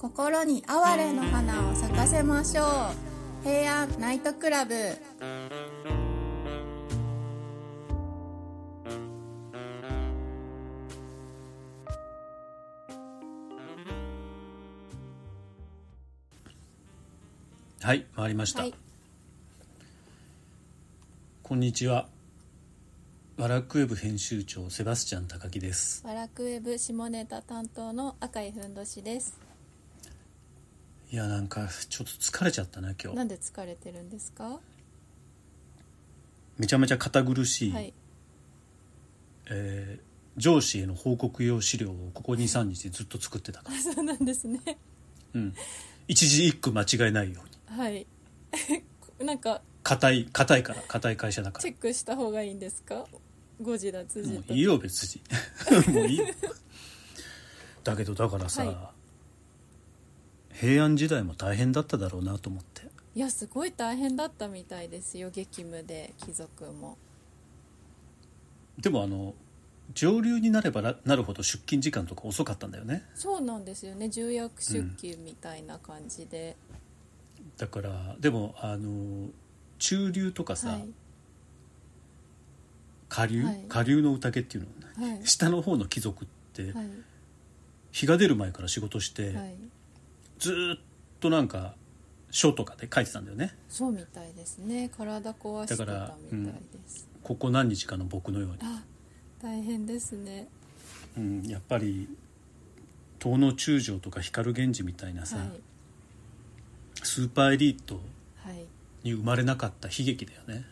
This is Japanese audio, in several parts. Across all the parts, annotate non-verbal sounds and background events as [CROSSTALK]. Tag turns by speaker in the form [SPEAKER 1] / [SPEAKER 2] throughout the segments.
[SPEAKER 1] 心に哀れの花を咲かせましょう平安ナイトクラブ
[SPEAKER 2] はい回りました、
[SPEAKER 1] はい
[SPEAKER 2] こんにちはワラクウェブ編集長セバスチャン高木です
[SPEAKER 1] ワラクウェブ下ネタ担当の赤井ふんどしです
[SPEAKER 2] いやなんかちょっと疲れちゃったな今
[SPEAKER 1] な
[SPEAKER 2] 日
[SPEAKER 1] んで疲れてるんですか
[SPEAKER 2] めちゃめちゃ堅苦しい、
[SPEAKER 1] はい
[SPEAKER 2] えー上司への報告用資料をここ23日ずっと作ってたから
[SPEAKER 1] そうなんですね
[SPEAKER 2] うん一字一句間違えないように
[SPEAKER 1] はい [LAUGHS] なんか
[SPEAKER 2] 硬い硬いから硬い会社だから
[SPEAKER 1] チェックした方がいいんですか誤字脱字
[SPEAKER 2] もう
[SPEAKER 1] と
[SPEAKER 2] いいよ別に [LAUGHS] もういいよだけどだからさ、
[SPEAKER 1] はい
[SPEAKER 2] 平安時代も大変だっただろうなと思って
[SPEAKER 1] いやすごい大変だったみたいですよ激務で貴族も
[SPEAKER 2] でもあの上流になればななるほど出勤時間とか遅かったんだよね
[SPEAKER 1] そうなんですよね重役出勤みたいな感じで、
[SPEAKER 2] だからでもあの中流とかさ、
[SPEAKER 1] はい
[SPEAKER 2] 下流、
[SPEAKER 1] はい
[SPEAKER 2] 下流の宴っていうの、
[SPEAKER 1] はい
[SPEAKER 2] 下の方の貴族って、
[SPEAKER 1] はい
[SPEAKER 2] 日が出る前から仕事して、
[SPEAKER 1] はい
[SPEAKER 2] ずーっとなんか書とかで書いてたんだよね
[SPEAKER 1] そうみたいですね体壊してた
[SPEAKER 2] だ
[SPEAKER 1] み
[SPEAKER 2] から
[SPEAKER 1] たいです、
[SPEAKER 2] ここ何日かの僕のように
[SPEAKER 1] あ大変ですね
[SPEAKER 2] うん、やっぱり東野中将とか光源氏みたいなさ、
[SPEAKER 1] はい
[SPEAKER 2] スーパーエリート
[SPEAKER 1] はい
[SPEAKER 2] に生まれなかった悲劇だよね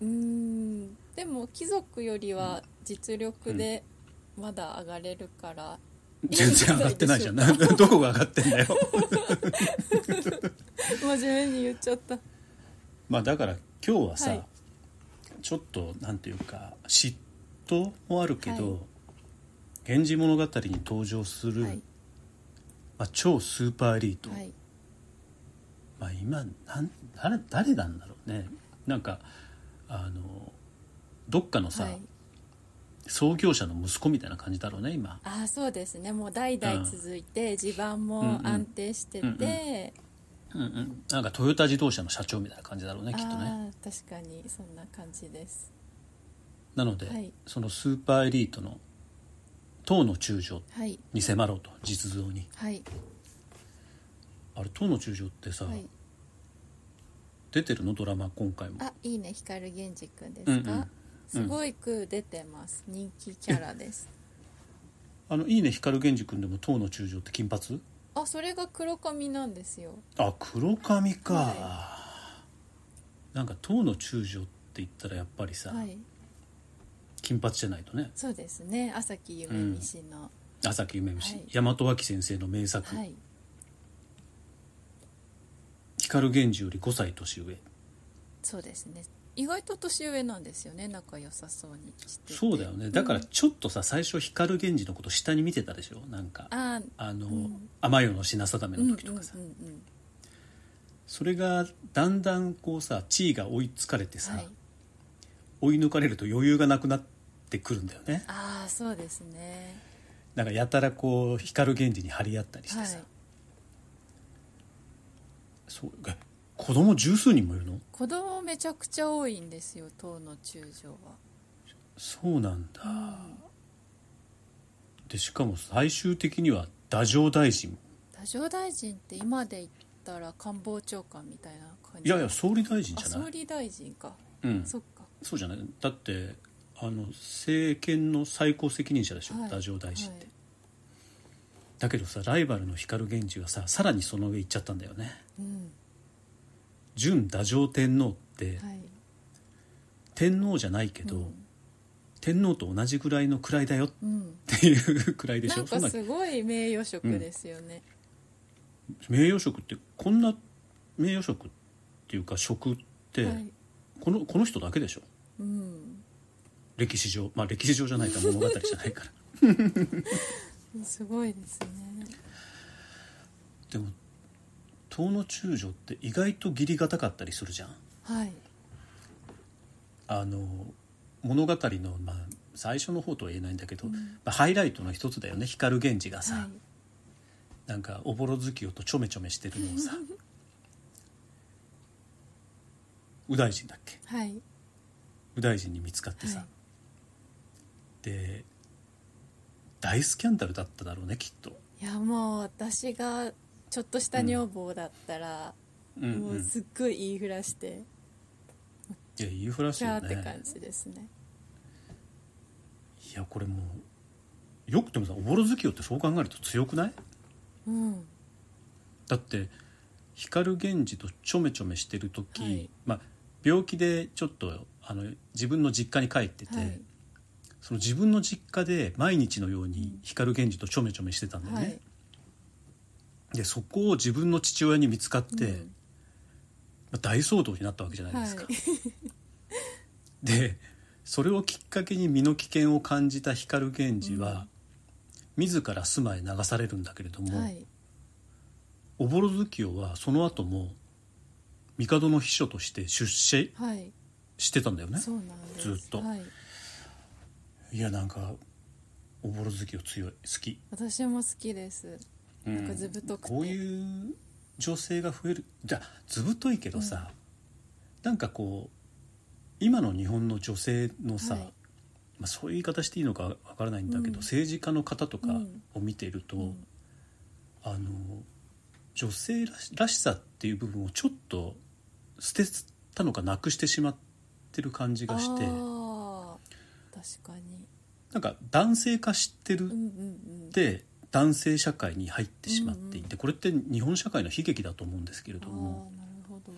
[SPEAKER 1] うーんでも貴族よりは実力でまだ上がれるから、 [LAUGHS]
[SPEAKER 2] 全然上がってないじゃん [LAUGHS] どこが上がってんだよ
[SPEAKER 1] 真面目に言っちゃった
[SPEAKER 2] まあだから今日はさ、
[SPEAKER 1] はい
[SPEAKER 2] ちょっとなんていうか嫉妬もあるけど、
[SPEAKER 1] はい
[SPEAKER 2] 源氏物語に登場する、
[SPEAKER 1] はい
[SPEAKER 2] まあ、超スーパーエリート、
[SPEAKER 1] はい
[SPEAKER 2] まあ、今なん誰誰なんだろうねなんかあのどっかのさ、
[SPEAKER 1] はい
[SPEAKER 2] 創業者の息子みたいな感じだろうね今
[SPEAKER 1] ああそうですねもう代々続いて、地盤も安定してて、
[SPEAKER 2] うんうんうんうん、なんかトヨタ自動車の社長みたいな感じだろうねきっとね
[SPEAKER 1] ああ確かにそんな感じです
[SPEAKER 2] なので、
[SPEAKER 1] はい
[SPEAKER 2] そのスーパーエリートの党の中将
[SPEAKER 1] はい
[SPEAKER 2] に迫ろうと実像に
[SPEAKER 1] はい
[SPEAKER 2] あれ党の中将ってさ、
[SPEAKER 1] はい
[SPEAKER 2] 出てるのドラマ今回も
[SPEAKER 1] あいいね光源氏くんですか、
[SPEAKER 2] うんうん
[SPEAKER 1] すごい句出てます人気キャラです
[SPEAKER 2] あのいいね光源氏君でも党の中将って金髪
[SPEAKER 1] あそれが黒髪なんですよ
[SPEAKER 2] あ黒髪か、
[SPEAKER 1] は
[SPEAKER 2] なんか党の中将って言ったらやっぱりさ、
[SPEAKER 1] はい
[SPEAKER 2] 金髪じゃないとね
[SPEAKER 1] そうですね朝木夢見氏の、
[SPEAKER 2] 朝木夢虫、
[SPEAKER 1] はい
[SPEAKER 2] 大和脇先生の名作、
[SPEAKER 1] はい
[SPEAKER 2] 光源氏より5歳年上
[SPEAKER 1] そうですね意外と年上なんですよね仲良さそうにしてて
[SPEAKER 2] そうだよねだから
[SPEAKER 1] うん
[SPEAKER 2] ちょっとさ、最初光源氏のこと下に見てたでしょなんかあ
[SPEAKER 1] あー
[SPEAKER 2] の、
[SPEAKER 1] ん
[SPEAKER 2] 雨夜の品定めの時とかさ、
[SPEAKER 1] うんうんうんうん
[SPEAKER 2] それがだんだんこうさ地位が追いつかれてさ、
[SPEAKER 1] はい、
[SPEAKER 2] 追い抜かれると余裕がなくなってくるんだよね
[SPEAKER 1] ああそうですね
[SPEAKER 2] なんかやたらこう光源氏に張り合ったりして
[SPEAKER 1] はい
[SPEAKER 2] さ、そうえ子供十数人もいるの
[SPEAKER 1] 子供めちゃくちゃ多いんですよ党の中将は
[SPEAKER 2] そうなんだ、でしかも最終的には太政大臣
[SPEAKER 1] 太政大臣って今で言ったら官房長官みたいな感じ
[SPEAKER 2] いやいや総理大臣
[SPEAKER 1] あ
[SPEAKER 2] じゃな
[SPEAKER 1] 総
[SPEAKER 2] い
[SPEAKER 1] 理大臣か、
[SPEAKER 2] うん、
[SPEAKER 1] そっか
[SPEAKER 2] そうじゃないだってあの政権の最高責任者でしょ、
[SPEAKER 1] はい
[SPEAKER 2] 太政大臣って、
[SPEAKER 1] はい
[SPEAKER 2] だけどさライバルの光源氏はささらにその上行っちゃったんだよね
[SPEAKER 1] うん
[SPEAKER 2] 準太政天皇って、
[SPEAKER 1] はい
[SPEAKER 2] 天皇じゃないけど、天皇と同じぐらいの位だよっ
[SPEAKER 1] うん、
[SPEAKER 2] ていうくらいでし
[SPEAKER 1] な
[SPEAKER 2] ょ
[SPEAKER 1] んか
[SPEAKER 2] そんな
[SPEAKER 1] すごい名誉職ですよね、
[SPEAKER 2] 名誉職ってこんな名誉職っていうか職って、
[SPEAKER 1] はい
[SPEAKER 2] このこの人だけでしょ
[SPEAKER 1] うん
[SPEAKER 2] 歴史上まあ歴史上じゃないか物語じゃないから
[SPEAKER 1] すごいですね
[SPEAKER 2] でも東の中将って意外と義理堅かったりするじゃん
[SPEAKER 1] はい
[SPEAKER 2] あの物語の、まあ、最初の方とは言えないんだけど、まあ、ハイライトの一つだよね光源氏がさ、
[SPEAKER 1] はい
[SPEAKER 2] なんかおぼろ月夜とちょめちょめしてるのをさ右大臣だっけ
[SPEAKER 1] はい
[SPEAKER 2] 右大臣に見つかってさ、
[SPEAKER 1] はい
[SPEAKER 2] で大スキャンダルだっただろうねきっと。
[SPEAKER 1] いやもう私がちょっとした女房だったら、
[SPEAKER 2] うん
[SPEAKER 1] も
[SPEAKER 2] うん、
[SPEAKER 1] う
[SPEAKER 2] い
[SPEAKER 1] すっごい言いふらして、
[SPEAKER 2] や言いふらし
[SPEAKER 1] キ
[SPEAKER 2] い
[SPEAKER 1] ャ
[SPEAKER 2] よ
[SPEAKER 1] ーって感
[SPEAKER 2] ね
[SPEAKER 1] じですね
[SPEAKER 2] いやこれもうよくてもさおぼろ月夜ってそう考えると強くない
[SPEAKER 1] うん
[SPEAKER 2] だって光源氏とちょめちょめしてる時、
[SPEAKER 1] はい
[SPEAKER 2] まあ、病気でちょっとあの自分の実家に帰ってて、
[SPEAKER 1] はい
[SPEAKER 2] その自分の実家で毎日のように光源氏とちょめちょめしてたんだよ
[SPEAKER 1] は
[SPEAKER 2] ね、
[SPEAKER 1] い
[SPEAKER 2] でそこを自分の父親に見つかって、
[SPEAKER 1] うん
[SPEAKER 2] まあ大騒動になったわけじゃないですか、
[SPEAKER 1] はい
[SPEAKER 2] でそれをきっかけに身の危険を感じた光源氏は、自ら住まい流されるんだけれども、
[SPEAKER 1] はい
[SPEAKER 2] おぼろ月夜はその後も帝の秘書として出世
[SPEAKER 1] はい
[SPEAKER 2] してたんだよね
[SPEAKER 1] そうなんです
[SPEAKER 2] ずっと
[SPEAKER 1] はい、
[SPEAKER 2] いやなんかおぼろ月夜強い好き、
[SPEAKER 1] 私も好きですなんか図太くて
[SPEAKER 2] こういう女性が増えるじゃあ図太いけどさ、なんかこう今の日本の女性のさ、
[SPEAKER 1] はい
[SPEAKER 2] まあ、そういう言い方していいのかわからないんだけど、
[SPEAKER 1] うん
[SPEAKER 2] 政治家の方とか
[SPEAKER 1] うん
[SPEAKER 2] を見ていると、
[SPEAKER 1] うん
[SPEAKER 2] あの女性らしらしさっていう部分をちょっと捨てたのかなくしてしまってる感じがして
[SPEAKER 1] あー確かに
[SPEAKER 2] なんか男性化してる
[SPEAKER 1] うんうんうん
[SPEAKER 2] で男性社会に入ってしまっていて、
[SPEAKER 1] うん
[SPEAKER 2] これって日本社会の悲劇だと思うんですけれ
[SPEAKER 1] あ
[SPEAKER 2] ど
[SPEAKER 1] あ
[SPEAKER 2] も
[SPEAKER 1] なるほど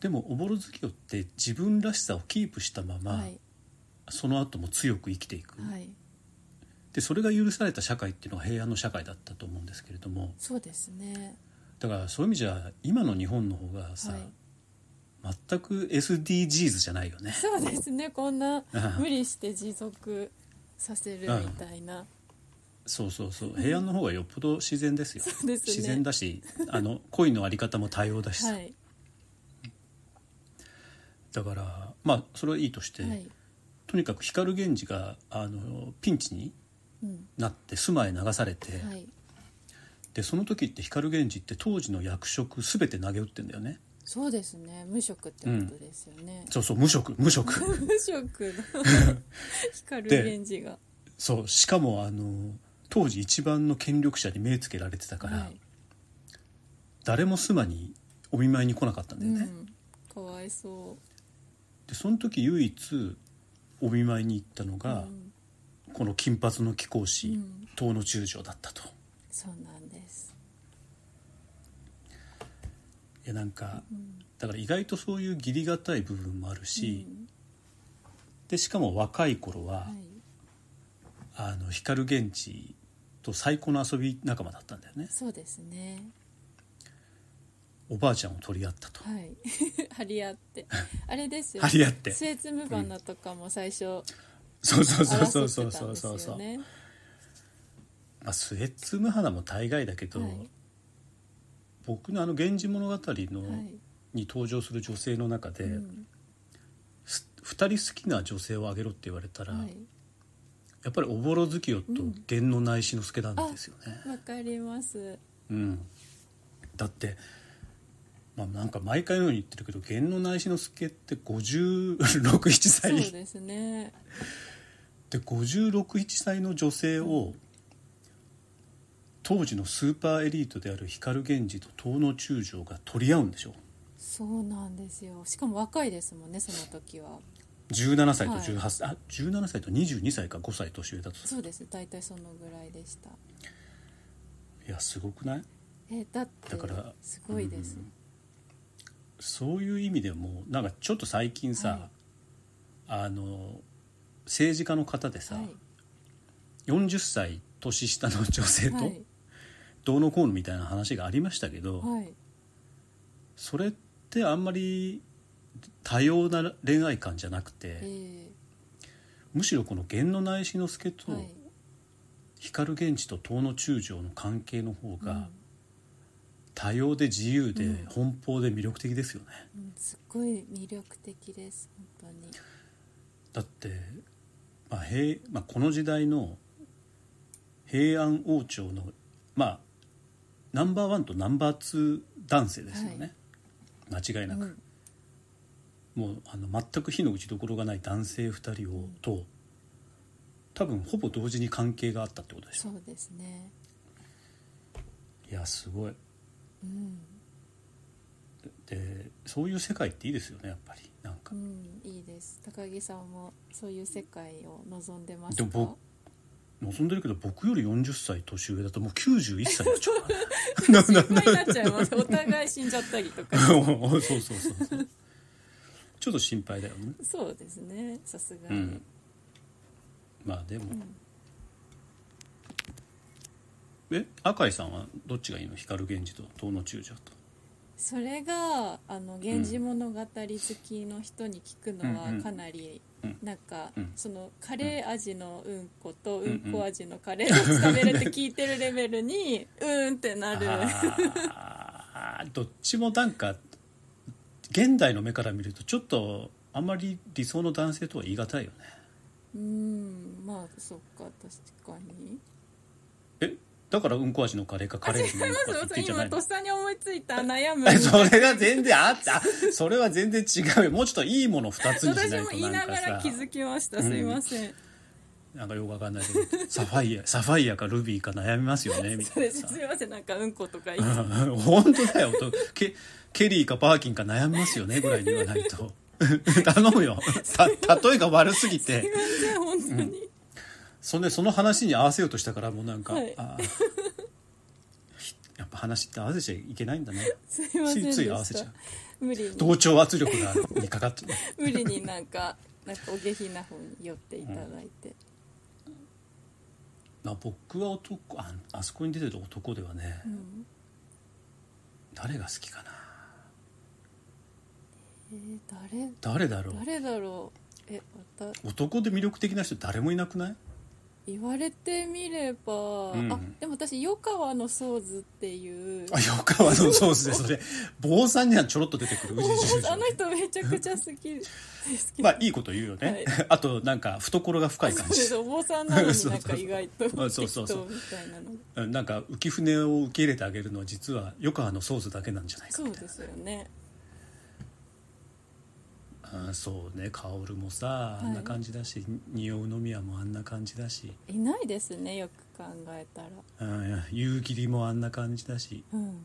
[SPEAKER 2] でもおぼろ月夜って自分らしさをキープしたまま、
[SPEAKER 1] はい
[SPEAKER 2] その後も強く生きていく、
[SPEAKER 1] はい
[SPEAKER 2] でそれが許された社会っていうのは平安の社会だったと思うんですけれども
[SPEAKER 1] そうですね
[SPEAKER 2] だからそういう意味じゃ今の日本の方がさ、
[SPEAKER 1] はい
[SPEAKER 2] 全く SDGs じゃないよね。
[SPEAKER 1] そうですねこんな
[SPEAKER 2] うん
[SPEAKER 1] 無理して持続させるみたいな、
[SPEAKER 2] そうそうそう平安の方がよっぽど自然ですよ
[SPEAKER 1] そうですね
[SPEAKER 2] 自然だしあの恋のあり方も多様だしさ、
[SPEAKER 1] はい
[SPEAKER 2] だからまあそれはいいとして、
[SPEAKER 1] はい、
[SPEAKER 2] とにかく光源氏があのピンチに
[SPEAKER 1] うん、
[SPEAKER 2] なって住まい流されて、
[SPEAKER 1] はい
[SPEAKER 2] でその時って光源氏って当時の役職全て投げ打ってんだよね
[SPEAKER 1] そうですね無職ってことですよね、
[SPEAKER 2] そうそう無職無職
[SPEAKER 1] [LAUGHS] 無職
[SPEAKER 2] [LAUGHS]
[SPEAKER 1] の [LAUGHS] 光
[SPEAKER 2] で
[SPEAKER 1] 源氏が
[SPEAKER 2] そうしかもあの当時一番の権力者に目つけられてたから、
[SPEAKER 1] はい
[SPEAKER 2] 誰も住まにお見舞いに来なかったん
[SPEAKER 1] う
[SPEAKER 2] だよね、
[SPEAKER 1] ん、かわいそ
[SPEAKER 2] でその時唯一お見舞いに行ったの
[SPEAKER 1] う、う
[SPEAKER 2] が、
[SPEAKER 1] ん、
[SPEAKER 2] この金髪の貴公子、
[SPEAKER 1] うん
[SPEAKER 2] 東の中将だったと
[SPEAKER 1] そうなんです、
[SPEAKER 2] いやなんか
[SPEAKER 1] うん
[SPEAKER 2] だから意外とそういう義理がたい部分もあるし、
[SPEAKER 1] うん
[SPEAKER 2] でしかも若い頃は、
[SPEAKER 1] はい、
[SPEAKER 2] あの光源氏と最高の遊び仲間だったんだよね
[SPEAKER 1] そうですね
[SPEAKER 2] おばあちゃんを取り合ったと、
[SPEAKER 1] はい
[SPEAKER 2] [LAUGHS]
[SPEAKER 1] 張り合ってあれですよ
[SPEAKER 2] 張り合って
[SPEAKER 1] スエツムバナとかも最初
[SPEAKER 2] そうそうそうそ
[SPEAKER 1] 争
[SPEAKER 2] うそう
[SPEAKER 1] ってた
[SPEAKER 2] そ
[SPEAKER 1] ん
[SPEAKER 2] う
[SPEAKER 1] です
[SPEAKER 2] そう
[SPEAKER 1] よね
[SPEAKER 2] まあ、スエッツムハナも大概だけど、
[SPEAKER 1] はい
[SPEAKER 2] 僕のあの「源氏物語の」
[SPEAKER 1] はい
[SPEAKER 2] に登場する女性の中で、
[SPEAKER 1] うん
[SPEAKER 2] す二2人好きな女性をあげろって言われたら、
[SPEAKER 1] はい
[SPEAKER 2] やっぱりおぼろ月夜と
[SPEAKER 1] うん
[SPEAKER 2] 源の内志之助なんですよね、
[SPEAKER 1] わかります
[SPEAKER 2] うんだってまあなんか毎回のように言ってるけど源の内志之助って567
[SPEAKER 1] そ
[SPEAKER 2] 歳
[SPEAKER 1] うですね
[SPEAKER 2] で561歳の女性を当時のスーパーエリートである光源氏と東の中将が取り合うんでしょ
[SPEAKER 1] そうなんですよしかも若いですもんねその時は
[SPEAKER 2] 17歳と18歳、あ17歳と22歳か5歳年上だと
[SPEAKER 1] そうです大体そのぐらいでした
[SPEAKER 2] いやすごくない
[SPEAKER 1] えだって
[SPEAKER 2] だから
[SPEAKER 1] すごいです、
[SPEAKER 2] うんそういう意味でもなんかちょっと最近さ、あの政治家の方でさ、
[SPEAKER 1] はい
[SPEAKER 2] 40歳年下の女性
[SPEAKER 1] は
[SPEAKER 2] と
[SPEAKER 1] い
[SPEAKER 2] どうのこうのみたいな話がありましたけど、
[SPEAKER 1] はい
[SPEAKER 2] それってあんまり多様な恋愛観じゃなくて、
[SPEAKER 1] え
[SPEAKER 2] むしろこの源の内志之助と
[SPEAKER 1] ーはい
[SPEAKER 2] 光源氏と遠野中将の関係の方
[SPEAKER 1] う
[SPEAKER 2] が
[SPEAKER 1] ん
[SPEAKER 2] 多様で自由で
[SPEAKER 1] うん
[SPEAKER 2] 奔放で魅力的ですよね。
[SPEAKER 1] うんすっごい魅力的です本当に
[SPEAKER 2] だって、まあ平まあ、この時代の平安王朝のまあナンバーワンとナンバーツー男性ですよね、間違いなく、
[SPEAKER 1] うん
[SPEAKER 2] もうあの全く火の打ちどころがない男性2人をと多分ほぼ同時に関係があったってことでしょ
[SPEAKER 1] そうですね
[SPEAKER 2] いやすごい
[SPEAKER 1] うん、
[SPEAKER 2] でそういう世界っていいですよねやっぱりなんか
[SPEAKER 1] うん、いいです高木さんもそういう世界を望んでます
[SPEAKER 2] で
[SPEAKER 1] か
[SPEAKER 2] も僕望んでるけど僕より40歳年上だともう91歳になっちゃうからねな
[SPEAKER 1] 心配になっちゃいますお互い死んじゃったりとか
[SPEAKER 2] そうそうそうそうちょっと心配だよね
[SPEAKER 1] そうですねさすが
[SPEAKER 2] う
[SPEAKER 1] に、
[SPEAKER 2] んまあでも、え赤井さんはどっちがいいの光源氏と遠野中将と
[SPEAKER 1] それがあの「源氏物語」好きの人に聞くの
[SPEAKER 2] うんうん
[SPEAKER 1] はかなり、
[SPEAKER 2] うん
[SPEAKER 1] なんか、
[SPEAKER 2] うん
[SPEAKER 1] そのカレー味のうんこと
[SPEAKER 2] ん
[SPEAKER 1] うんこ味のカレーを食べるって聞いてるレベル
[SPEAKER 2] [LAUGHS]
[SPEAKER 1] にうーんってなる
[SPEAKER 2] あーどっちもなんか現代の目から見るとちょっとあんまり理想の男性とは言い難いよね
[SPEAKER 1] うんまあそっか確かに
[SPEAKER 2] えだからうんこ味のカレーかカレー味のうんこ味
[SPEAKER 1] [LAUGHS] そ
[SPEAKER 2] って言っ
[SPEAKER 1] うそう
[SPEAKER 2] てんじゃな
[SPEAKER 1] 今
[SPEAKER 2] い
[SPEAKER 1] と
[SPEAKER 2] の
[SPEAKER 1] っさに思いつ
[SPEAKER 2] [LAUGHS]
[SPEAKER 1] いた悩む
[SPEAKER 2] えそれが全然あったそれは全然違うよもうちょっといいもの2つにし
[SPEAKER 1] 私
[SPEAKER 2] ない
[SPEAKER 1] も
[SPEAKER 2] と
[SPEAKER 1] 言い
[SPEAKER 2] な
[SPEAKER 1] なん
[SPEAKER 2] か
[SPEAKER 1] がら
[SPEAKER 2] さ
[SPEAKER 1] 気づきましたすいません、
[SPEAKER 2] なんかよくわかんないけどサファイアサファイアかルビーか悩みますよねみ
[SPEAKER 1] そ
[SPEAKER 2] た
[SPEAKER 1] う
[SPEAKER 2] い
[SPEAKER 1] で
[SPEAKER 2] な
[SPEAKER 1] す
[SPEAKER 2] さ [LAUGHS]
[SPEAKER 1] すいませんなんかうんことか言い
[SPEAKER 2] うん本当だよとケケリーかパーキンか悩みますよねぐらいに言わないと [LAUGHS] 頼むよた例えが悪すぎ
[SPEAKER 1] すい
[SPEAKER 2] て
[SPEAKER 1] ません本当に、
[SPEAKER 2] そんでその話に合わせようとしたからもうなんか、
[SPEAKER 1] はい
[SPEAKER 2] あーやっぱ話って合わせちゃいけないんだね
[SPEAKER 1] すい [LAUGHS] ませ
[SPEAKER 2] つ
[SPEAKER 1] んで
[SPEAKER 2] いつい合わせ
[SPEAKER 1] し
[SPEAKER 2] ちゃ
[SPEAKER 1] た
[SPEAKER 2] う
[SPEAKER 1] 無理に
[SPEAKER 2] 同調圧力がにかかって
[SPEAKER 1] 無理になんかなんかお下品な方に寄っていただいて、
[SPEAKER 2] まあ僕は男ああそこに出てる男ではね、
[SPEAKER 1] ん
[SPEAKER 2] 誰が好きかな
[SPEAKER 1] えー
[SPEAKER 2] 誰だろう
[SPEAKER 1] 誰誰だろうえまた
[SPEAKER 2] 男で魅力的な人誰もいなくない [LAUGHS]
[SPEAKER 1] 言われてみれば、
[SPEAKER 2] うん
[SPEAKER 1] あでも私余川のソーズっていう
[SPEAKER 2] あ横川のソースでそれ坊さんにはちょろっと出てくるうじうじうじ
[SPEAKER 1] あの人めちゃくちゃ好
[SPEAKER 2] [LAUGHS]
[SPEAKER 1] きですけど、
[SPEAKER 2] まあいいこと言うよね、
[SPEAKER 1] は
[SPEAKER 2] [LAUGHS] あとなんか懐が深い
[SPEAKER 1] そう
[SPEAKER 2] 感
[SPEAKER 1] で
[SPEAKER 2] じ
[SPEAKER 1] すお坊さんなのに
[SPEAKER 2] そう
[SPEAKER 1] な
[SPEAKER 2] そ
[SPEAKER 1] ん
[SPEAKER 2] う
[SPEAKER 1] か意外と
[SPEAKER 2] あそうそうそう
[SPEAKER 1] 適当みたいなの
[SPEAKER 2] うんなんか浮舟を受け入れてあげるのは実は横川のソースだけなんじゃないか
[SPEAKER 1] そ
[SPEAKER 2] み
[SPEAKER 1] う
[SPEAKER 2] たい
[SPEAKER 1] で
[SPEAKER 2] な
[SPEAKER 1] すよね
[SPEAKER 2] うんそうね薫もさあんな感じだし、匂うの宮もあんな感じだし、
[SPEAKER 1] いないですねよく考えたら
[SPEAKER 2] うん、夕霧もあんな感じだし
[SPEAKER 1] うん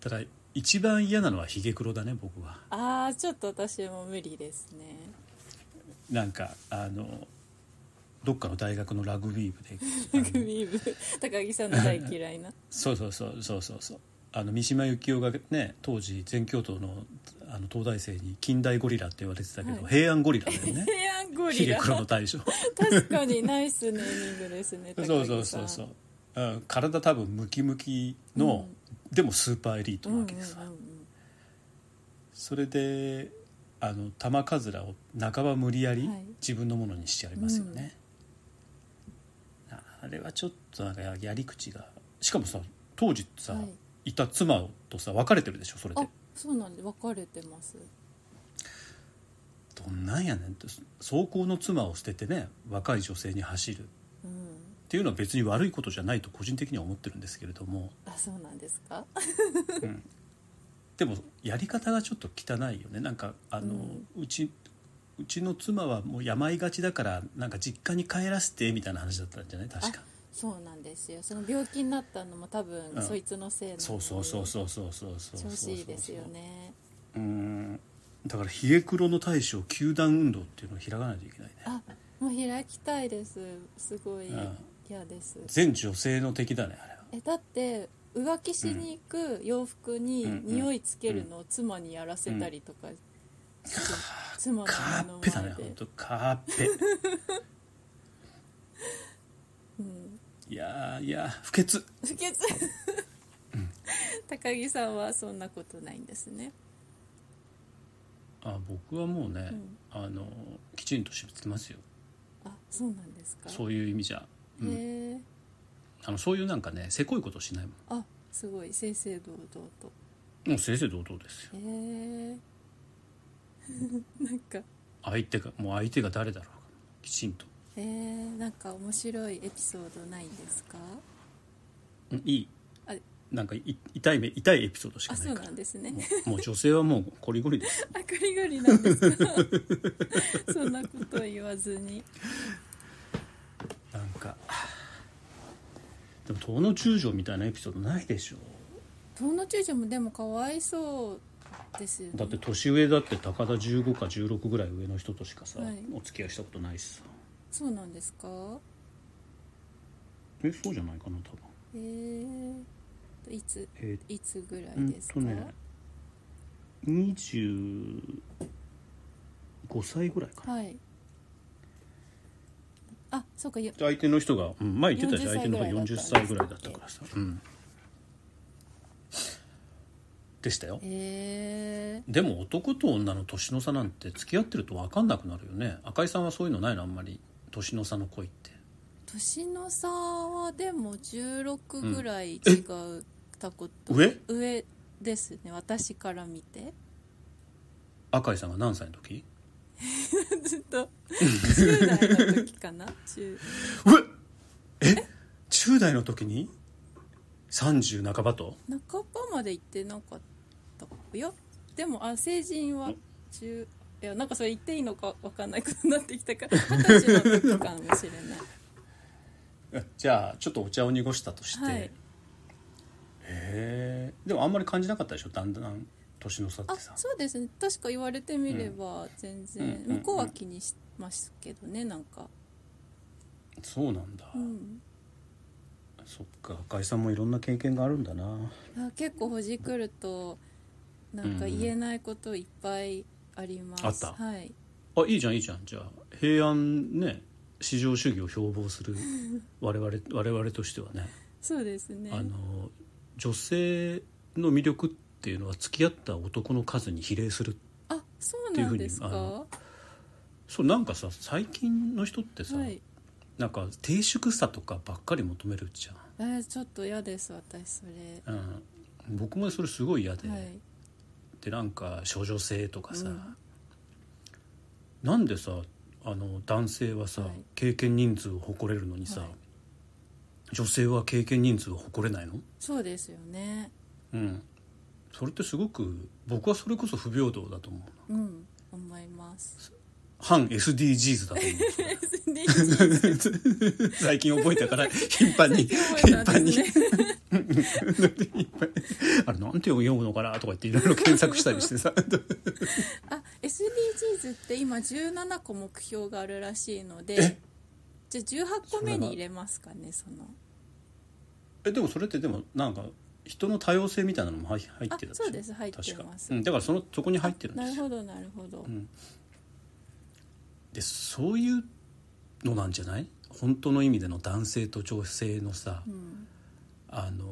[SPEAKER 2] ただ一番嫌なのはヒゲ黒だね僕は
[SPEAKER 1] ああちょっと私も無理ですね
[SPEAKER 2] なんかあのどっかの大学のラグビー部で
[SPEAKER 1] [LAUGHS] グミーブ高木さんの大嫌
[SPEAKER 2] [LAUGHS]
[SPEAKER 1] いな
[SPEAKER 2] そうそうそうそうそうそうあの三島由紀夫がね当時全教頭のあの東大生に近代ゴリラって言われてたけど、
[SPEAKER 1] は
[SPEAKER 2] 平安ゴリラだよね
[SPEAKER 1] 平安ゴ
[SPEAKER 2] ヒ
[SPEAKER 1] リ
[SPEAKER 2] ゲ
[SPEAKER 1] ラ
[SPEAKER 2] 黒の大
[SPEAKER 1] [LAUGHS]
[SPEAKER 2] 将
[SPEAKER 1] 確かにナイスネーミングですね高
[SPEAKER 2] [LAUGHS]
[SPEAKER 1] 木さ
[SPEAKER 2] そ
[SPEAKER 1] ん
[SPEAKER 2] うそうそうそう、うん、体多分ムキムキの、でもスーパーエリート
[SPEAKER 1] う
[SPEAKER 2] な
[SPEAKER 1] んうん
[SPEAKER 2] わ
[SPEAKER 1] う
[SPEAKER 2] けで
[SPEAKER 1] ん
[SPEAKER 2] さ、それであの玉かずらを半ば無理やり
[SPEAKER 1] はい
[SPEAKER 2] 自分のものにしてありますよね、あれはちょっとなんかややり口がしかもさ当時さ、
[SPEAKER 1] はい
[SPEAKER 2] い、た妻とさ別れてるでしょそれで
[SPEAKER 1] あそうなんで分かれてます
[SPEAKER 2] どんなんやねんって走行の妻を捨ててね若い女性に走るっ
[SPEAKER 1] うん
[SPEAKER 2] ていうのは別に悪いことじゃないと個人的には思ってるんですけれども
[SPEAKER 1] あそうなんですか [LAUGHS]
[SPEAKER 2] でもやり方がちょっと汚いよねなんかあの、うちうちの妻はもう病がちだからなんか実家に帰らせてみたいな話だったんじゃない確か
[SPEAKER 1] そうなんですよその病気になったのも多分、
[SPEAKER 2] うん
[SPEAKER 1] そいつのせいなので
[SPEAKER 2] そうそうそうそうそうそうそうそう
[SPEAKER 1] 調子
[SPEAKER 2] そう
[SPEAKER 1] いいですよね
[SPEAKER 2] うんだから冷え黒の大将球団運動っていうのを開かないといけないね
[SPEAKER 1] あもう開きたいですすごい
[SPEAKER 2] うん
[SPEAKER 1] 嫌です
[SPEAKER 2] 全女性の敵だねあれは
[SPEAKER 1] えだって浮気しに行く洋服に
[SPEAKER 2] うんうん
[SPEAKER 1] 匂いつけるのを妻にやらせたりとか、妻の
[SPEAKER 2] カ
[SPEAKER 1] 目
[SPEAKER 2] ーッ
[SPEAKER 1] の
[SPEAKER 2] ペだね
[SPEAKER 1] 前
[SPEAKER 2] 本
[SPEAKER 1] で
[SPEAKER 2] 当カーッペ
[SPEAKER 1] うん
[SPEAKER 2] いやーいやー不潔
[SPEAKER 1] 不潔 [LAUGHS] 高木さんはそんなことないんですね
[SPEAKER 2] あ僕はもうね、
[SPEAKER 1] うん
[SPEAKER 2] あのきちんと締めてますよ
[SPEAKER 1] あそうなんですか
[SPEAKER 2] そういう意味じゃ、うん
[SPEAKER 1] へえ
[SPEAKER 2] あのそういうなんかねせこいことしないも
[SPEAKER 1] あすごい正々堂々
[SPEAKER 2] ん
[SPEAKER 1] と
[SPEAKER 2] もう正々堂々ですよ
[SPEAKER 1] へえ [LAUGHS] なんか
[SPEAKER 2] 相手がもう相手が誰だろうがきちんと
[SPEAKER 1] えー、なんか面白いエピソードないんですか
[SPEAKER 2] うんいい
[SPEAKER 1] あ
[SPEAKER 2] なんかい痛い目痛いエピソードしか
[SPEAKER 1] あ
[SPEAKER 2] ない
[SPEAKER 1] そう
[SPEAKER 2] から
[SPEAKER 1] なんですね
[SPEAKER 2] もうもう女性はもうこりごりです
[SPEAKER 1] [LAUGHS] あくりがりなんですか [LAUGHS] そんなこと言わずに
[SPEAKER 2] なんかでも遠野中将みたいなエピソードないでしょ
[SPEAKER 1] 遠野中将もでもかわいそうですよね
[SPEAKER 2] だって年上だって高田15か16ぐらい上の人としかさ、
[SPEAKER 1] はい
[SPEAKER 2] お付き合いしたことないしさ
[SPEAKER 1] そうなんですか
[SPEAKER 2] えそうじゃないかな多分
[SPEAKER 1] えー、いつ
[SPEAKER 2] え
[SPEAKER 1] いつぐら
[SPEAKER 2] ーう
[SPEAKER 1] い
[SPEAKER 2] ん
[SPEAKER 1] ですか、
[SPEAKER 2] とね25歳ぐらいかな
[SPEAKER 1] はいあそうかよ
[SPEAKER 2] 相手の人が、うん、前言ってたし
[SPEAKER 1] 40
[SPEAKER 2] 相手の方が40歳ぐらいだったからさ、うん、でしたよ
[SPEAKER 1] え
[SPEAKER 2] でも男と女の年の差なんて付き合ってると分かんなくなるよね赤井さんはそういうのないのあんまり年の差の恋って
[SPEAKER 1] ー、年の差はでも16ぐらい違ったこと、
[SPEAKER 2] うんえ
[SPEAKER 1] 上ですね私から見
[SPEAKER 2] [LAUGHS]
[SPEAKER 1] て
[SPEAKER 2] 赤井さんが何歳の時
[SPEAKER 1] ずっ
[SPEAKER 2] [LAUGHS]
[SPEAKER 1] と10代の時かな中
[SPEAKER 2] うええ10代の時に30半ばと
[SPEAKER 1] 半ばまで行ってなかったいやでもあ成人は中いやなんかそれ言っていいのかわかんないことになってきたから二十歳の時かもしれ
[SPEAKER 2] [LAUGHS]
[SPEAKER 1] ない
[SPEAKER 2] えじゃあちょっとお茶を濁したとして、
[SPEAKER 1] はい
[SPEAKER 2] へえでもあんまり感じなかったでしょだんだん年の差って
[SPEAKER 1] あ
[SPEAKER 2] さ
[SPEAKER 1] そうですね確か言われてみれば全然、
[SPEAKER 2] うん
[SPEAKER 1] 向こうは気にしますけどねなんか
[SPEAKER 2] そうなんだ、
[SPEAKER 1] うん
[SPEAKER 2] そっか赤井さんもいろんな経験があるんだな
[SPEAKER 1] あ結構ほじくるとなんか
[SPEAKER 2] うんうん
[SPEAKER 1] 言えないこといっぱいあります、
[SPEAKER 2] あった
[SPEAKER 1] はい
[SPEAKER 2] あいいじゃんいいじゃんじゃあ平安ね至上主義を標榜す
[SPEAKER 1] [LAUGHS]
[SPEAKER 2] る我々我々としてはね
[SPEAKER 1] そうですね
[SPEAKER 2] あの女性の魅力っていうのは付き合った男の数に比例する
[SPEAKER 1] あそうなんですか
[SPEAKER 2] っていうふうにそうなんかさ最近の人ってさ、
[SPEAKER 1] はい
[SPEAKER 2] なんか低粛さとかばっかり求めるじ
[SPEAKER 1] えーちょっと嫌です私それ
[SPEAKER 2] ゃん、うん、僕もそれすごい嫌で、
[SPEAKER 1] はい
[SPEAKER 2] でなんか処女性とかさ、
[SPEAKER 1] うん
[SPEAKER 2] なんでさあの男性はさ、
[SPEAKER 1] はい
[SPEAKER 2] 経験人数を誇れるのにさ、
[SPEAKER 1] はい
[SPEAKER 2] 女性は経験人数を誇れないの
[SPEAKER 1] そうですよね
[SPEAKER 2] うんそれってすごく僕はそれこそ不平等だと思う
[SPEAKER 1] うん思います
[SPEAKER 2] 反 SDGs だと思うそれ
[SPEAKER 1] [LAUGHS]
[SPEAKER 2] [LAUGHS]
[SPEAKER 1] SDGs [LAUGHS]
[SPEAKER 2] 最近覚えたから頻繁に
[SPEAKER 1] 覚え
[SPEAKER 2] 頻
[SPEAKER 1] た
[SPEAKER 2] 繁
[SPEAKER 1] んで
[SPEAKER 2] に
[SPEAKER 1] すね
[SPEAKER 2] あれなんて読むのかなとか言っていろいろ検索したりしてさ
[SPEAKER 1] あ SDGs って今17個目標があるらしいのでじゃあ18個目に入れますかねその
[SPEAKER 2] えでもそれってでもなんか人の多様性みたいなのも入入ってたでしょ
[SPEAKER 1] あそうです入ってます
[SPEAKER 2] 確か、うん、だからそのそこに入ってるんで
[SPEAKER 1] な
[SPEAKER 2] す
[SPEAKER 1] る
[SPEAKER 2] よ
[SPEAKER 1] ほどなるほど、
[SPEAKER 2] んでそういうのなんじゃない本当の意味での男性と女性のさ、
[SPEAKER 1] うん
[SPEAKER 2] あの、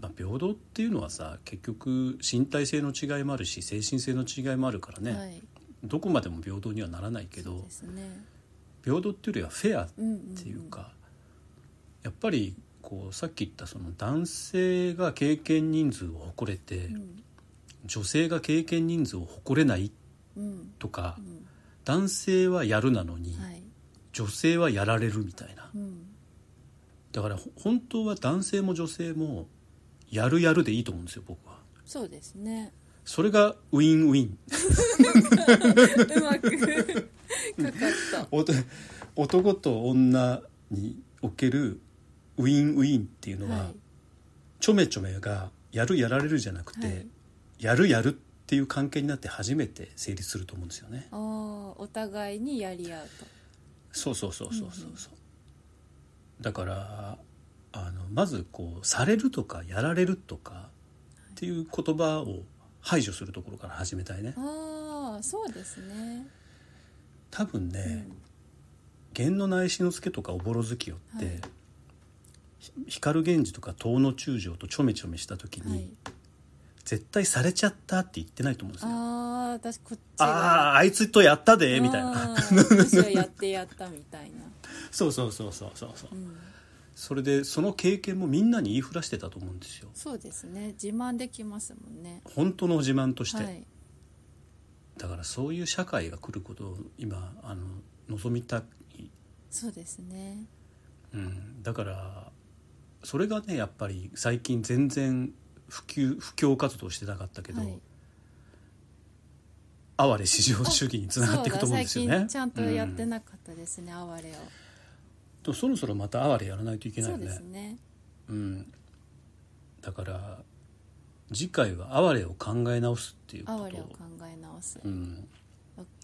[SPEAKER 2] まあ、平等っていうのはさ結局身体性の違いもあるし精神性の違いもあるからね、
[SPEAKER 1] はい
[SPEAKER 2] どこまでも平等にはならないけ
[SPEAKER 1] そう
[SPEAKER 2] ど
[SPEAKER 1] ですね
[SPEAKER 2] 平等っていうよりはフェアっ
[SPEAKER 1] うんうん
[SPEAKER 2] ていうか、やっぱりこうさっき言ったその男性が経験人数を誇れて、
[SPEAKER 1] うん
[SPEAKER 2] 女性が経験人数を誇れない
[SPEAKER 1] うん
[SPEAKER 2] とか、
[SPEAKER 1] うん
[SPEAKER 2] 男性はやるなのに、
[SPEAKER 1] はい
[SPEAKER 2] 女性はやられるみたいな
[SPEAKER 1] うん
[SPEAKER 2] だからほ本当は男性も女性もやるやるでいいと思うんですよ僕は
[SPEAKER 1] そうです
[SPEAKER 2] [LAUGHS]
[SPEAKER 1] ね
[SPEAKER 2] それがウィンウィン
[SPEAKER 1] うまくかかった
[SPEAKER 2] おと男と女におけるウィンウィンっていうのは、
[SPEAKER 1] はい
[SPEAKER 2] ちょめちょめがやるやられるじゃなくて、
[SPEAKER 1] はい
[SPEAKER 2] やるやるっていう関係になって初めて成立すると思うんですよね
[SPEAKER 1] ああお互いにやり合うと
[SPEAKER 2] そうそうそうそうそうそう、だからあのまずこう「される」とか「やられる」とかっていう言葉を排除するところから始めたいね
[SPEAKER 1] ああそうですね
[SPEAKER 2] 多分
[SPEAKER 1] う
[SPEAKER 2] ね
[SPEAKER 1] ん
[SPEAKER 2] 「源の内志之助」とか「おぼろ月夜」って、
[SPEAKER 1] はい
[SPEAKER 2] ひ光源氏とか遠野中将とちょめちょめした時に、
[SPEAKER 1] はい
[SPEAKER 2] 絶対「されちゃった」って言ってないと思うんですよ。
[SPEAKER 1] ああ私こっち
[SPEAKER 2] あ
[SPEAKER 1] が
[SPEAKER 2] ああいつとやったでみたい
[SPEAKER 1] あ
[SPEAKER 2] な [LAUGHS]
[SPEAKER 1] ー私はやってやったみたいな、、
[SPEAKER 2] そうそうそうそうそうそううんそれでその経験もみんなに言いふらしてたと思うんですよ
[SPEAKER 1] そうですね自慢できますもんね
[SPEAKER 2] 本当の自慢として、
[SPEAKER 1] はい
[SPEAKER 2] だからそういう社会が来ることを今あの望みたい、
[SPEAKER 1] そうですね
[SPEAKER 2] うん、だからそれがねやっぱり最近全然普及布教活動してなかったけど、
[SPEAKER 1] はい
[SPEAKER 2] 哀れ至上主義につながっていくと思うんですよ
[SPEAKER 1] そ
[SPEAKER 2] ね
[SPEAKER 1] うだ最近ちゃんとやって
[SPEAKER 2] うん
[SPEAKER 1] なかったですね、哀れを
[SPEAKER 2] でもそろそろまた哀れやらないといけないよ
[SPEAKER 1] そうで
[SPEAKER 2] ね
[SPEAKER 1] すね
[SPEAKER 2] うん、だから次回は哀れを考え直すっていうこ
[SPEAKER 1] 哀
[SPEAKER 2] と
[SPEAKER 1] れを考
[SPEAKER 2] を、
[SPEAKER 1] え直す
[SPEAKER 2] うん、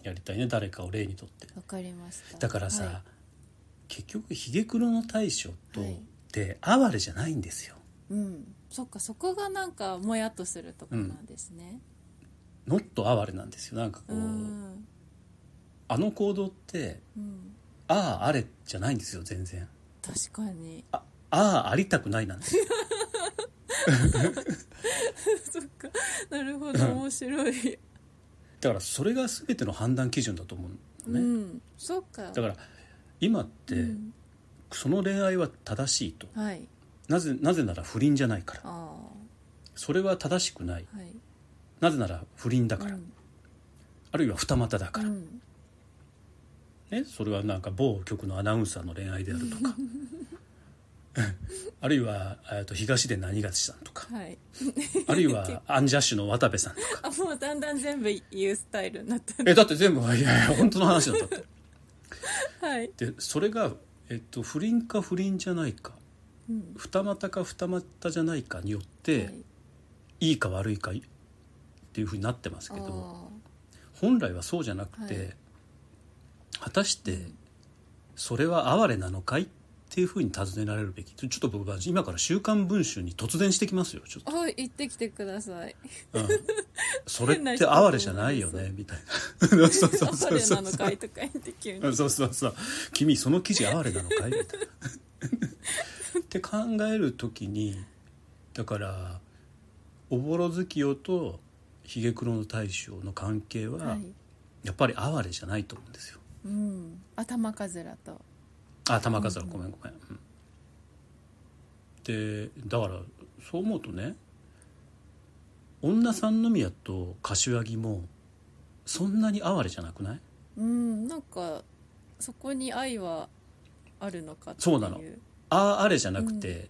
[SPEAKER 2] やりたいね誰かを例にとって
[SPEAKER 1] わかりました
[SPEAKER 2] だからさ、
[SPEAKER 1] は
[SPEAKER 2] 結局ひげ黒の大将と
[SPEAKER 1] はい
[SPEAKER 2] って哀れじゃないんですよ
[SPEAKER 1] いうんそっかそこがなんかもやっとするとこなんですね
[SPEAKER 2] ノット哀れなんですよなんかこ
[SPEAKER 1] う
[SPEAKER 2] う、
[SPEAKER 1] ん
[SPEAKER 2] あの行動って
[SPEAKER 1] うん
[SPEAKER 2] あああれじゃないんですよ全然
[SPEAKER 1] 確かに
[SPEAKER 2] あああありたくないなんですよ
[SPEAKER 1] [LAUGHS] そっかなるほど面白い
[SPEAKER 2] だからそれが全ての判断基準だと思うの
[SPEAKER 1] う
[SPEAKER 2] ね、
[SPEAKER 1] んそっか
[SPEAKER 2] だから今って、
[SPEAKER 1] うん
[SPEAKER 2] その恋愛は正しいと
[SPEAKER 1] はい
[SPEAKER 2] なぜなぜなら不倫じゃないから
[SPEAKER 1] あ
[SPEAKER 2] それは正しくない
[SPEAKER 1] あはい
[SPEAKER 2] なぜなら不倫だ
[SPEAKER 1] う
[SPEAKER 2] から、
[SPEAKER 1] ん
[SPEAKER 2] あるいは二股だ
[SPEAKER 1] う
[SPEAKER 2] から、
[SPEAKER 1] ん
[SPEAKER 2] ね、それはなんか某局のアナウンサーの恋愛であるとか [LAUGHS] あるいは、えー、と東出何がちさんと
[SPEAKER 1] [LAUGHS]
[SPEAKER 2] か
[SPEAKER 1] はい
[SPEAKER 2] あるいはアンジャッシュの渡部さんとか
[SPEAKER 1] あもうだんだん全部言うスタイルに
[SPEAKER 2] [LAUGHS]
[SPEAKER 1] なったね
[SPEAKER 2] えだって全部いやいや本当の話なんだって
[SPEAKER 1] [LAUGHS] はい
[SPEAKER 2] でそれが、えっと不倫か不倫じゃないか
[SPEAKER 1] うん
[SPEAKER 2] 二股か二股じゃないかによって、
[SPEAKER 1] はい
[SPEAKER 2] い、いか悪いかいっていうふうになってます
[SPEAKER 1] あ
[SPEAKER 2] けど。
[SPEAKER 1] ー
[SPEAKER 2] 本来はそうじゃなくて、
[SPEAKER 1] はい
[SPEAKER 2] 果たしてそれは哀れなのかいっていうふうに尋ねられるべきちょっと僕は今から「週刊文春」に突然してきますよちょっと、
[SPEAKER 1] はい行ってきてください
[SPEAKER 2] うん、それっ
[SPEAKER 1] 変な
[SPEAKER 2] て
[SPEAKER 1] 人
[SPEAKER 2] 哀れじゃないよねみたいなそう
[SPEAKER 1] 「
[SPEAKER 2] そう
[SPEAKER 1] あ
[SPEAKER 2] そう
[SPEAKER 1] れ
[SPEAKER 2] そ
[SPEAKER 1] [LAUGHS] な
[SPEAKER 2] う
[SPEAKER 1] の
[SPEAKER 2] そ
[SPEAKER 1] か
[SPEAKER 2] う
[SPEAKER 1] い」とか言って急に
[SPEAKER 2] [LAUGHS] そうそうそう君その記事哀れなのかいみたいなって考える時にだからおぼろ月夜とひげ黒の大将の関係は、
[SPEAKER 1] はい
[SPEAKER 2] やっぱり哀れじゃないと思うんですよ
[SPEAKER 1] うん、頭かずらと
[SPEAKER 2] あ玉数だごめんごめん、うんでだからそう思うとね女三宮と柏木もそんなに哀れじゃなくない
[SPEAKER 1] うんなんかそこに愛はあるのかっていう
[SPEAKER 2] そうなのあああれじゃなくて、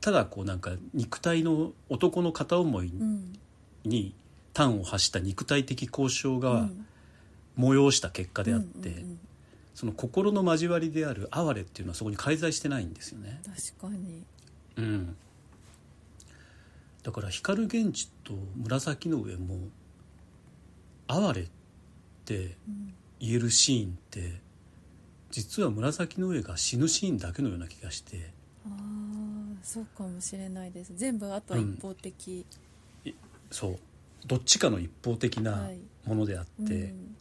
[SPEAKER 2] ただこうなんか肉体の男の片思い
[SPEAKER 1] うん
[SPEAKER 2] に端を発した肉体的交渉
[SPEAKER 1] う
[SPEAKER 2] が
[SPEAKER 1] ん
[SPEAKER 2] 催した結果であって、
[SPEAKER 1] うんうんうん
[SPEAKER 2] その心の交わりである哀れっていうのはそこに介在してないんですよね。
[SPEAKER 1] 確かに
[SPEAKER 2] うん、だから光源氏と紫の上も「哀れ」って
[SPEAKER 1] うん
[SPEAKER 2] 言えるシーンって実は紫の上が死ぬシーンだけのような気がして
[SPEAKER 1] ああそうかもしれないです全部あとは一方的、
[SPEAKER 2] そうどっちかの一方的な
[SPEAKER 1] はい
[SPEAKER 2] ものであって、
[SPEAKER 1] うん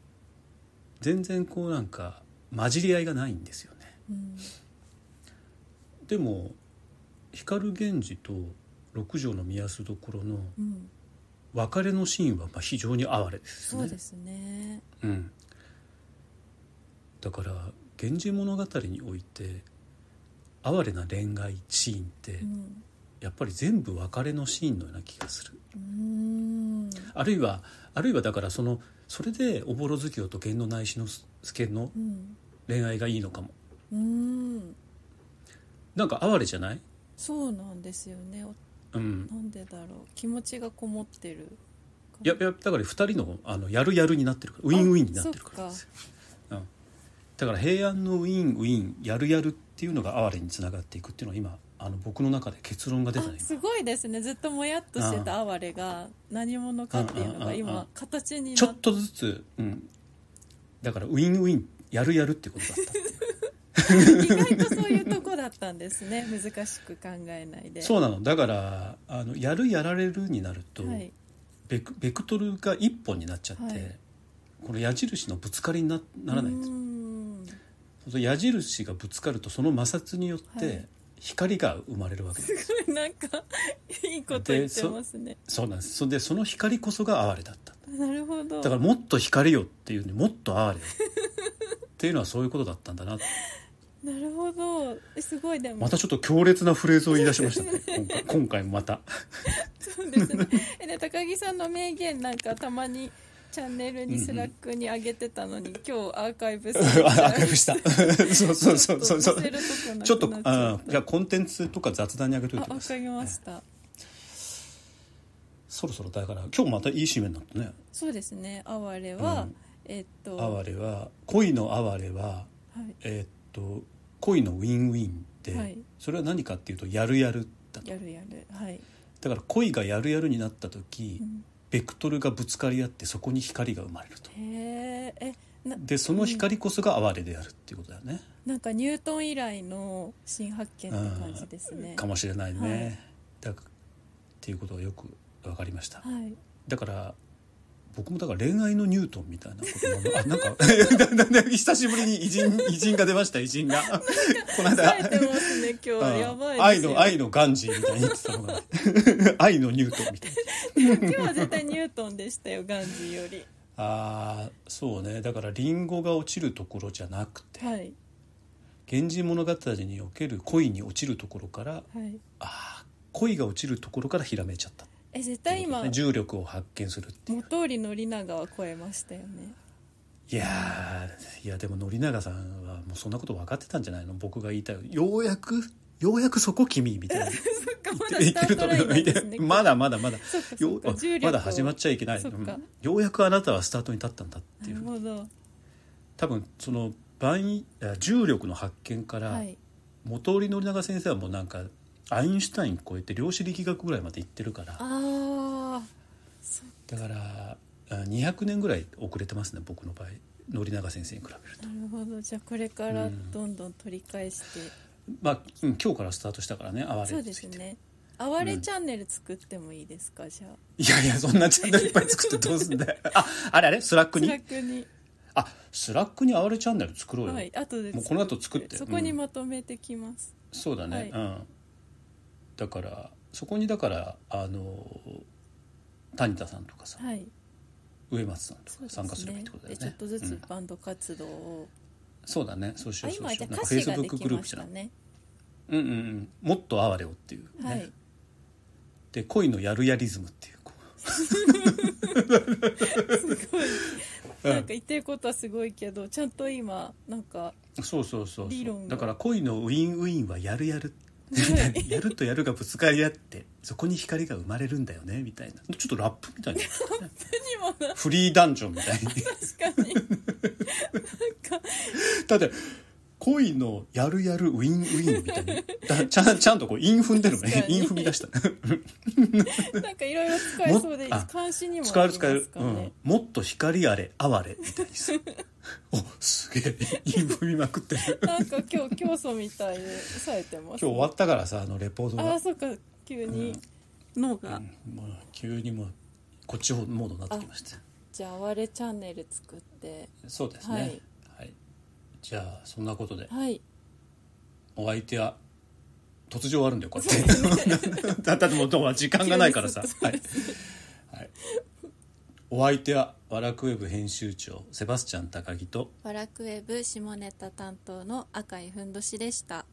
[SPEAKER 2] 全然こうなんか混じり合いがないんですよね。
[SPEAKER 1] うん
[SPEAKER 2] でも光源氏と六条の宮安どころの
[SPEAKER 1] うん、
[SPEAKER 2] 別れのシーンはまあ非常に哀れですよね
[SPEAKER 1] そう。ですね
[SPEAKER 2] うん、だから「源氏物語」において哀れな恋愛シーンって
[SPEAKER 1] うん
[SPEAKER 2] やっぱり全部別れのシーンのような気がする
[SPEAKER 1] うん
[SPEAKER 2] あるいはあるいはだからそのそれでおぼろ月夜と源内志之助の
[SPEAKER 1] うん
[SPEAKER 2] 恋愛がいいのかも
[SPEAKER 1] うん
[SPEAKER 2] なんか哀れじゃない
[SPEAKER 1] そうなんですよね
[SPEAKER 2] うん
[SPEAKER 1] なんでだろう気持ちがこもってる
[SPEAKER 2] いやいやだから2人のあのやるやるになってるからウィンウィンになってるから
[SPEAKER 1] あ
[SPEAKER 2] ですようん、だから平安のウィンウィンやるやるっていうのが哀れにつながっていくっていうのは今あの僕の中で結論が出たね
[SPEAKER 1] あすごいですねずっともやっとしてた哀れが何者かっていうの
[SPEAKER 2] うんうんうんう
[SPEAKER 1] が
[SPEAKER 2] ん
[SPEAKER 1] 今形に
[SPEAKER 2] ちょ
[SPEAKER 1] なっ
[SPEAKER 2] っとずつ、うん、だからウィンウィンやるやるってことだ
[SPEAKER 1] [LAUGHS]
[SPEAKER 2] った
[SPEAKER 1] 意外とそういうとこだったんですね難しく考えないで
[SPEAKER 2] そうなのだからあのやるやられるになると、
[SPEAKER 1] はい
[SPEAKER 2] ベクベクトルが一本になっちゃって、
[SPEAKER 1] はい
[SPEAKER 2] この矢印のぶつかりになならないんです
[SPEAKER 1] う
[SPEAKER 2] よ
[SPEAKER 1] ーん [LAUGHS]
[SPEAKER 2] その矢印がぶつかるとその摩擦によって、
[SPEAKER 1] はい
[SPEAKER 2] 光が生まれるわけです
[SPEAKER 1] すごいなんかいいこと言ってますね
[SPEAKER 2] そうなんですそれでその光こそが哀れだった
[SPEAKER 1] なるほど
[SPEAKER 2] だからもっと光よっていうねもっと哀れよ
[SPEAKER 1] [LAUGHS]
[SPEAKER 2] っていうのはそういうことだったんだな
[SPEAKER 1] なるほどえすごいでも
[SPEAKER 2] またちょっと強烈なフレーズを言い出しましたね今回今回もまた
[SPEAKER 1] [LAUGHS] そうですね。えで高木さんの名言なんかたまにチャンネルにスラックに上げてたの
[SPEAKER 2] [LAUGHS]
[SPEAKER 1] に、今日アーカイブさ
[SPEAKER 2] ア
[SPEAKER 1] れちゃう
[SPEAKER 2] ーカイブした [LAUGHS] そうそうそうそうそう
[SPEAKER 1] ちょっと載せる
[SPEAKER 2] ちょっと
[SPEAKER 1] とこなくな
[SPEAKER 2] あ
[SPEAKER 1] っちゃった
[SPEAKER 2] ーじゃあコンテンツとか雑談にあげといて
[SPEAKER 1] あ
[SPEAKER 2] く
[SPEAKER 1] わ
[SPEAKER 2] だ
[SPEAKER 1] か
[SPEAKER 2] さい
[SPEAKER 1] りました
[SPEAKER 2] そろそろだから今日またいい締めになったね
[SPEAKER 1] そうですね哀れは、
[SPEAKER 2] うん
[SPEAKER 1] えっと
[SPEAKER 2] 哀れは恋の哀れは
[SPEAKER 1] はい、
[SPEAKER 2] えーっと恋のウィンウィンで、
[SPEAKER 1] はい
[SPEAKER 2] それは何かっていうとやるやるだと
[SPEAKER 1] やるやるはい、
[SPEAKER 2] だから恋がやるやるになった時、
[SPEAKER 1] うん
[SPEAKER 2] ベクトルがぶつかり合ってそこに光が生まれると
[SPEAKER 1] へーえな
[SPEAKER 2] でその光こそが哀れであるっていうことだよね、
[SPEAKER 1] なんかニュートン以来の新発見って感じですね
[SPEAKER 2] かもしれないね、
[SPEAKER 1] はい
[SPEAKER 2] だからっていうことがよく分かりました、
[SPEAKER 1] はい
[SPEAKER 2] だから僕もだから恋愛のニュートンみたいなことあなんかなんかなん [LAUGHS] か久しぶりに偉人偉人が出ました偉
[SPEAKER 1] [LAUGHS]
[SPEAKER 2] 人がこの間
[SPEAKER 1] 冴えてます
[SPEAKER 2] [LAUGHS]
[SPEAKER 1] ね今
[SPEAKER 2] う
[SPEAKER 1] 日
[SPEAKER 2] ん
[SPEAKER 1] やばいです
[SPEAKER 2] 愛
[SPEAKER 1] よ
[SPEAKER 2] の愛のガンジーみたいに言ってたのが [LAUGHS] 愛のニュートンみたいな
[SPEAKER 1] 今日は絶対ニュートンでしたよガンジーより
[SPEAKER 2] あーそうねだからリンゴが落ちるところじゃなくて
[SPEAKER 1] はい
[SPEAKER 2] 「源氏物語」における恋に落ちるところから
[SPEAKER 1] はい
[SPEAKER 2] あー恋が落ちるところからひらめいちゃったって
[SPEAKER 1] え絶
[SPEAKER 2] いうこと
[SPEAKER 1] 対今
[SPEAKER 2] ね重力を発見するっていう
[SPEAKER 1] 元利宣長は超えましたよね
[SPEAKER 2] [LAUGHS] いやーいやでも宣長さんはもうそんなこと分かってたんじゃないの僕が言いたいようやくようやくそこ君みたいな
[SPEAKER 1] そっかまだ
[SPEAKER 2] 言
[SPEAKER 1] ス
[SPEAKER 2] って
[SPEAKER 1] タ
[SPEAKER 2] ると
[SPEAKER 1] ー
[SPEAKER 2] 思
[SPEAKER 1] トラインなんですね
[SPEAKER 2] う [LAUGHS] まだまだまだ
[SPEAKER 1] そっかそ
[SPEAKER 2] よ
[SPEAKER 1] っか重力
[SPEAKER 2] ま
[SPEAKER 1] を
[SPEAKER 2] だ始まっちゃいけない、
[SPEAKER 1] そっ
[SPEAKER 2] うん
[SPEAKER 1] か
[SPEAKER 2] ようやくあなたはスタートに立ったんだって
[SPEAKER 1] ない
[SPEAKER 2] う
[SPEAKER 1] るほど
[SPEAKER 2] 多分その万有あ重力の発見から、
[SPEAKER 1] はい
[SPEAKER 2] 元織宣長先生はもうなんかアインシュタイン超えて量子力学ぐらいまで行ってるから
[SPEAKER 1] あ
[SPEAKER 2] だからあ200年ぐらい遅れてますね僕の場合宣長先生に比べる
[SPEAKER 1] あなるほどじゃあこれからどんどん取り返して、
[SPEAKER 2] とまあうん今日からスタートしたからね哀
[SPEAKER 1] そ
[SPEAKER 2] れ
[SPEAKER 1] う
[SPEAKER 2] に
[SPEAKER 1] で
[SPEAKER 2] つ
[SPEAKER 1] す
[SPEAKER 2] いて、
[SPEAKER 1] ね哀れチャンネル作ってもいいですかじゃあ
[SPEAKER 2] いやいやそんなチャンネルいっぱい作ってどうすんだ
[SPEAKER 1] [LAUGHS]
[SPEAKER 2] よああれあれスラック
[SPEAKER 1] 気
[SPEAKER 2] に
[SPEAKER 1] 楽に
[SPEAKER 2] あスラックに哀れチャンネル作ろうよ、
[SPEAKER 1] はい後で
[SPEAKER 2] もうこの後作って
[SPEAKER 1] そこに
[SPEAKER 2] うん
[SPEAKER 1] まとめてきます、
[SPEAKER 2] そうだね、
[SPEAKER 1] はい
[SPEAKER 2] うんだからそこにだからあの谷田さんとかさ
[SPEAKER 1] はい
[SPEAKER 2] 植松さんと
[SPEAKER 1] そう
[SPEAKER 2] か
[SPEAKER 1] ですね
[SPEAKER 2] 参加すればいいってことだよね
[SPEAKER 1] でちょっとず
[SPEAKER 2] う
[SPEAKER 1] つ
[SPEAKER 2] ん
[SPEAKER 1] バンド活動を、
[SPEAKER 2] そうだねそうしよう
[SPEAKER 1] あ
[SPEAKER 2] そう
[SPEAKER 1] 今
[SPEAKER 2] し
[SPEAKER 1] じ
[SPEAKER 2] よう
[SPEAKER 1] ゃ
[SPEAKER 2] な
[SPEAKER 1] あ
[SPEAKER 2] ん
[SPEAKER 1] 歌
[SPEAKER 2] かフェイ
[SPEAKER 1] 詞
[SPEAKER 2] ス
[SPEAKER 1] が
[SPEAKER 2] ブ
[SPEAKER 1] で
[SPEAKER 2] ック
[SPEAKER 1] き
[SPEAKER 2] グルー
[SPEAKER 1] ま
[SPEAKER 2] プ
[SPEAKER 1] し
[SPEAKER 2] じゃ
[SPEAKER 1] た
[SPEAKER 2] ない
[SPEAKER 1] ね
[SPEAKER 2] うんうんうんもっと哀れをっていう、ね
[SPEAKER 1] はい
[SPEAKER 2] で恋のやるやリズムっていうこうん
[SPEAKER 1] なんか言ってることはすごいけどちゃんと今なんか
[SPEAKER 2] うそうそうそう
[SPEAKER 1] 理
[SPEAKER 2] そ
[SPEAKER 1] 論
[SPEAKER 2] う
[SPEAKER 1] が
[SPEAKER 2] だから恋のウィンウィンはやる
[SPEAKER 1] [LAUGHS]
[SPEAKER 2] やる
[SPEAKER 1] は
[SPEAKER 2] やるとやるがぶつかり合ってそこに光が生まれるんだよねみたいなちょっとラップみたいなフリーダンジョンみた
[SPEAKER 1] [LAUGHS]
[SPEAKER 2] いに
[SPEAKER 1] 確かに
[SPEAKER 2] だって恋のやるやるウィンウィンみたいにだちゃんちゃんとこう韻踏んでる
[SPEAKER 1] 確
[SPEAKER 2] ね
[SPEAKER 1] かに
[SPEAKER 2] 韻踏み出した
[SPEAKER 1] なんかいろいろ使えそうでいい
[SPEAKER 2] もっあ
[SPEAKER 1] 監視にも
[SPEAKER 2] 使
[SPEAKER 1] な
[SPEAKER 2] え
[SPEAKER 1] り
[SPEAKER 2] る
[SPEAKER 1] ます
[SPEAKER 2] 使
[SPEAKER 1] か
[SPEAKER 2] え
[SPEAKER 1] ね
[SPEAKER 2] る、うん、もっと光あれ哀れみた
[SPEAKER 1] [LAUGHS]
[SPEAKER 2] いにさおすげえ韻踏みまくってる
[SPEAKER 1] なんか今日教祖みたいに冴えてま
[SPEAKER 2] 今
[SPEAKER 1] す
[SPEAKER 2] 日終わったからさあのレポート
[SPEAKER 1] あ
[SPEAKER 2] が
[SPEAKER 1] あそうか急に脳が、
[SPEAKER 2] もう急にもうこっちモードになってきました
[SPEAKER 1] じゃあ「哀れチャンネル」作って
[SPEAKER 2] そうですねはい、じゃあそんなことで
[SPEAKER 1] はい
[SPEAKER 2] お相手は突如あるんだよこうやって、だってもうどうも時間がないから [LAUGHS] さ、はいはい、お相手はワラクウェブ編集長セバスチャン高木と
[SPEAKER 1] バラクウェブ下ネタ担当の赤井ふんどしでした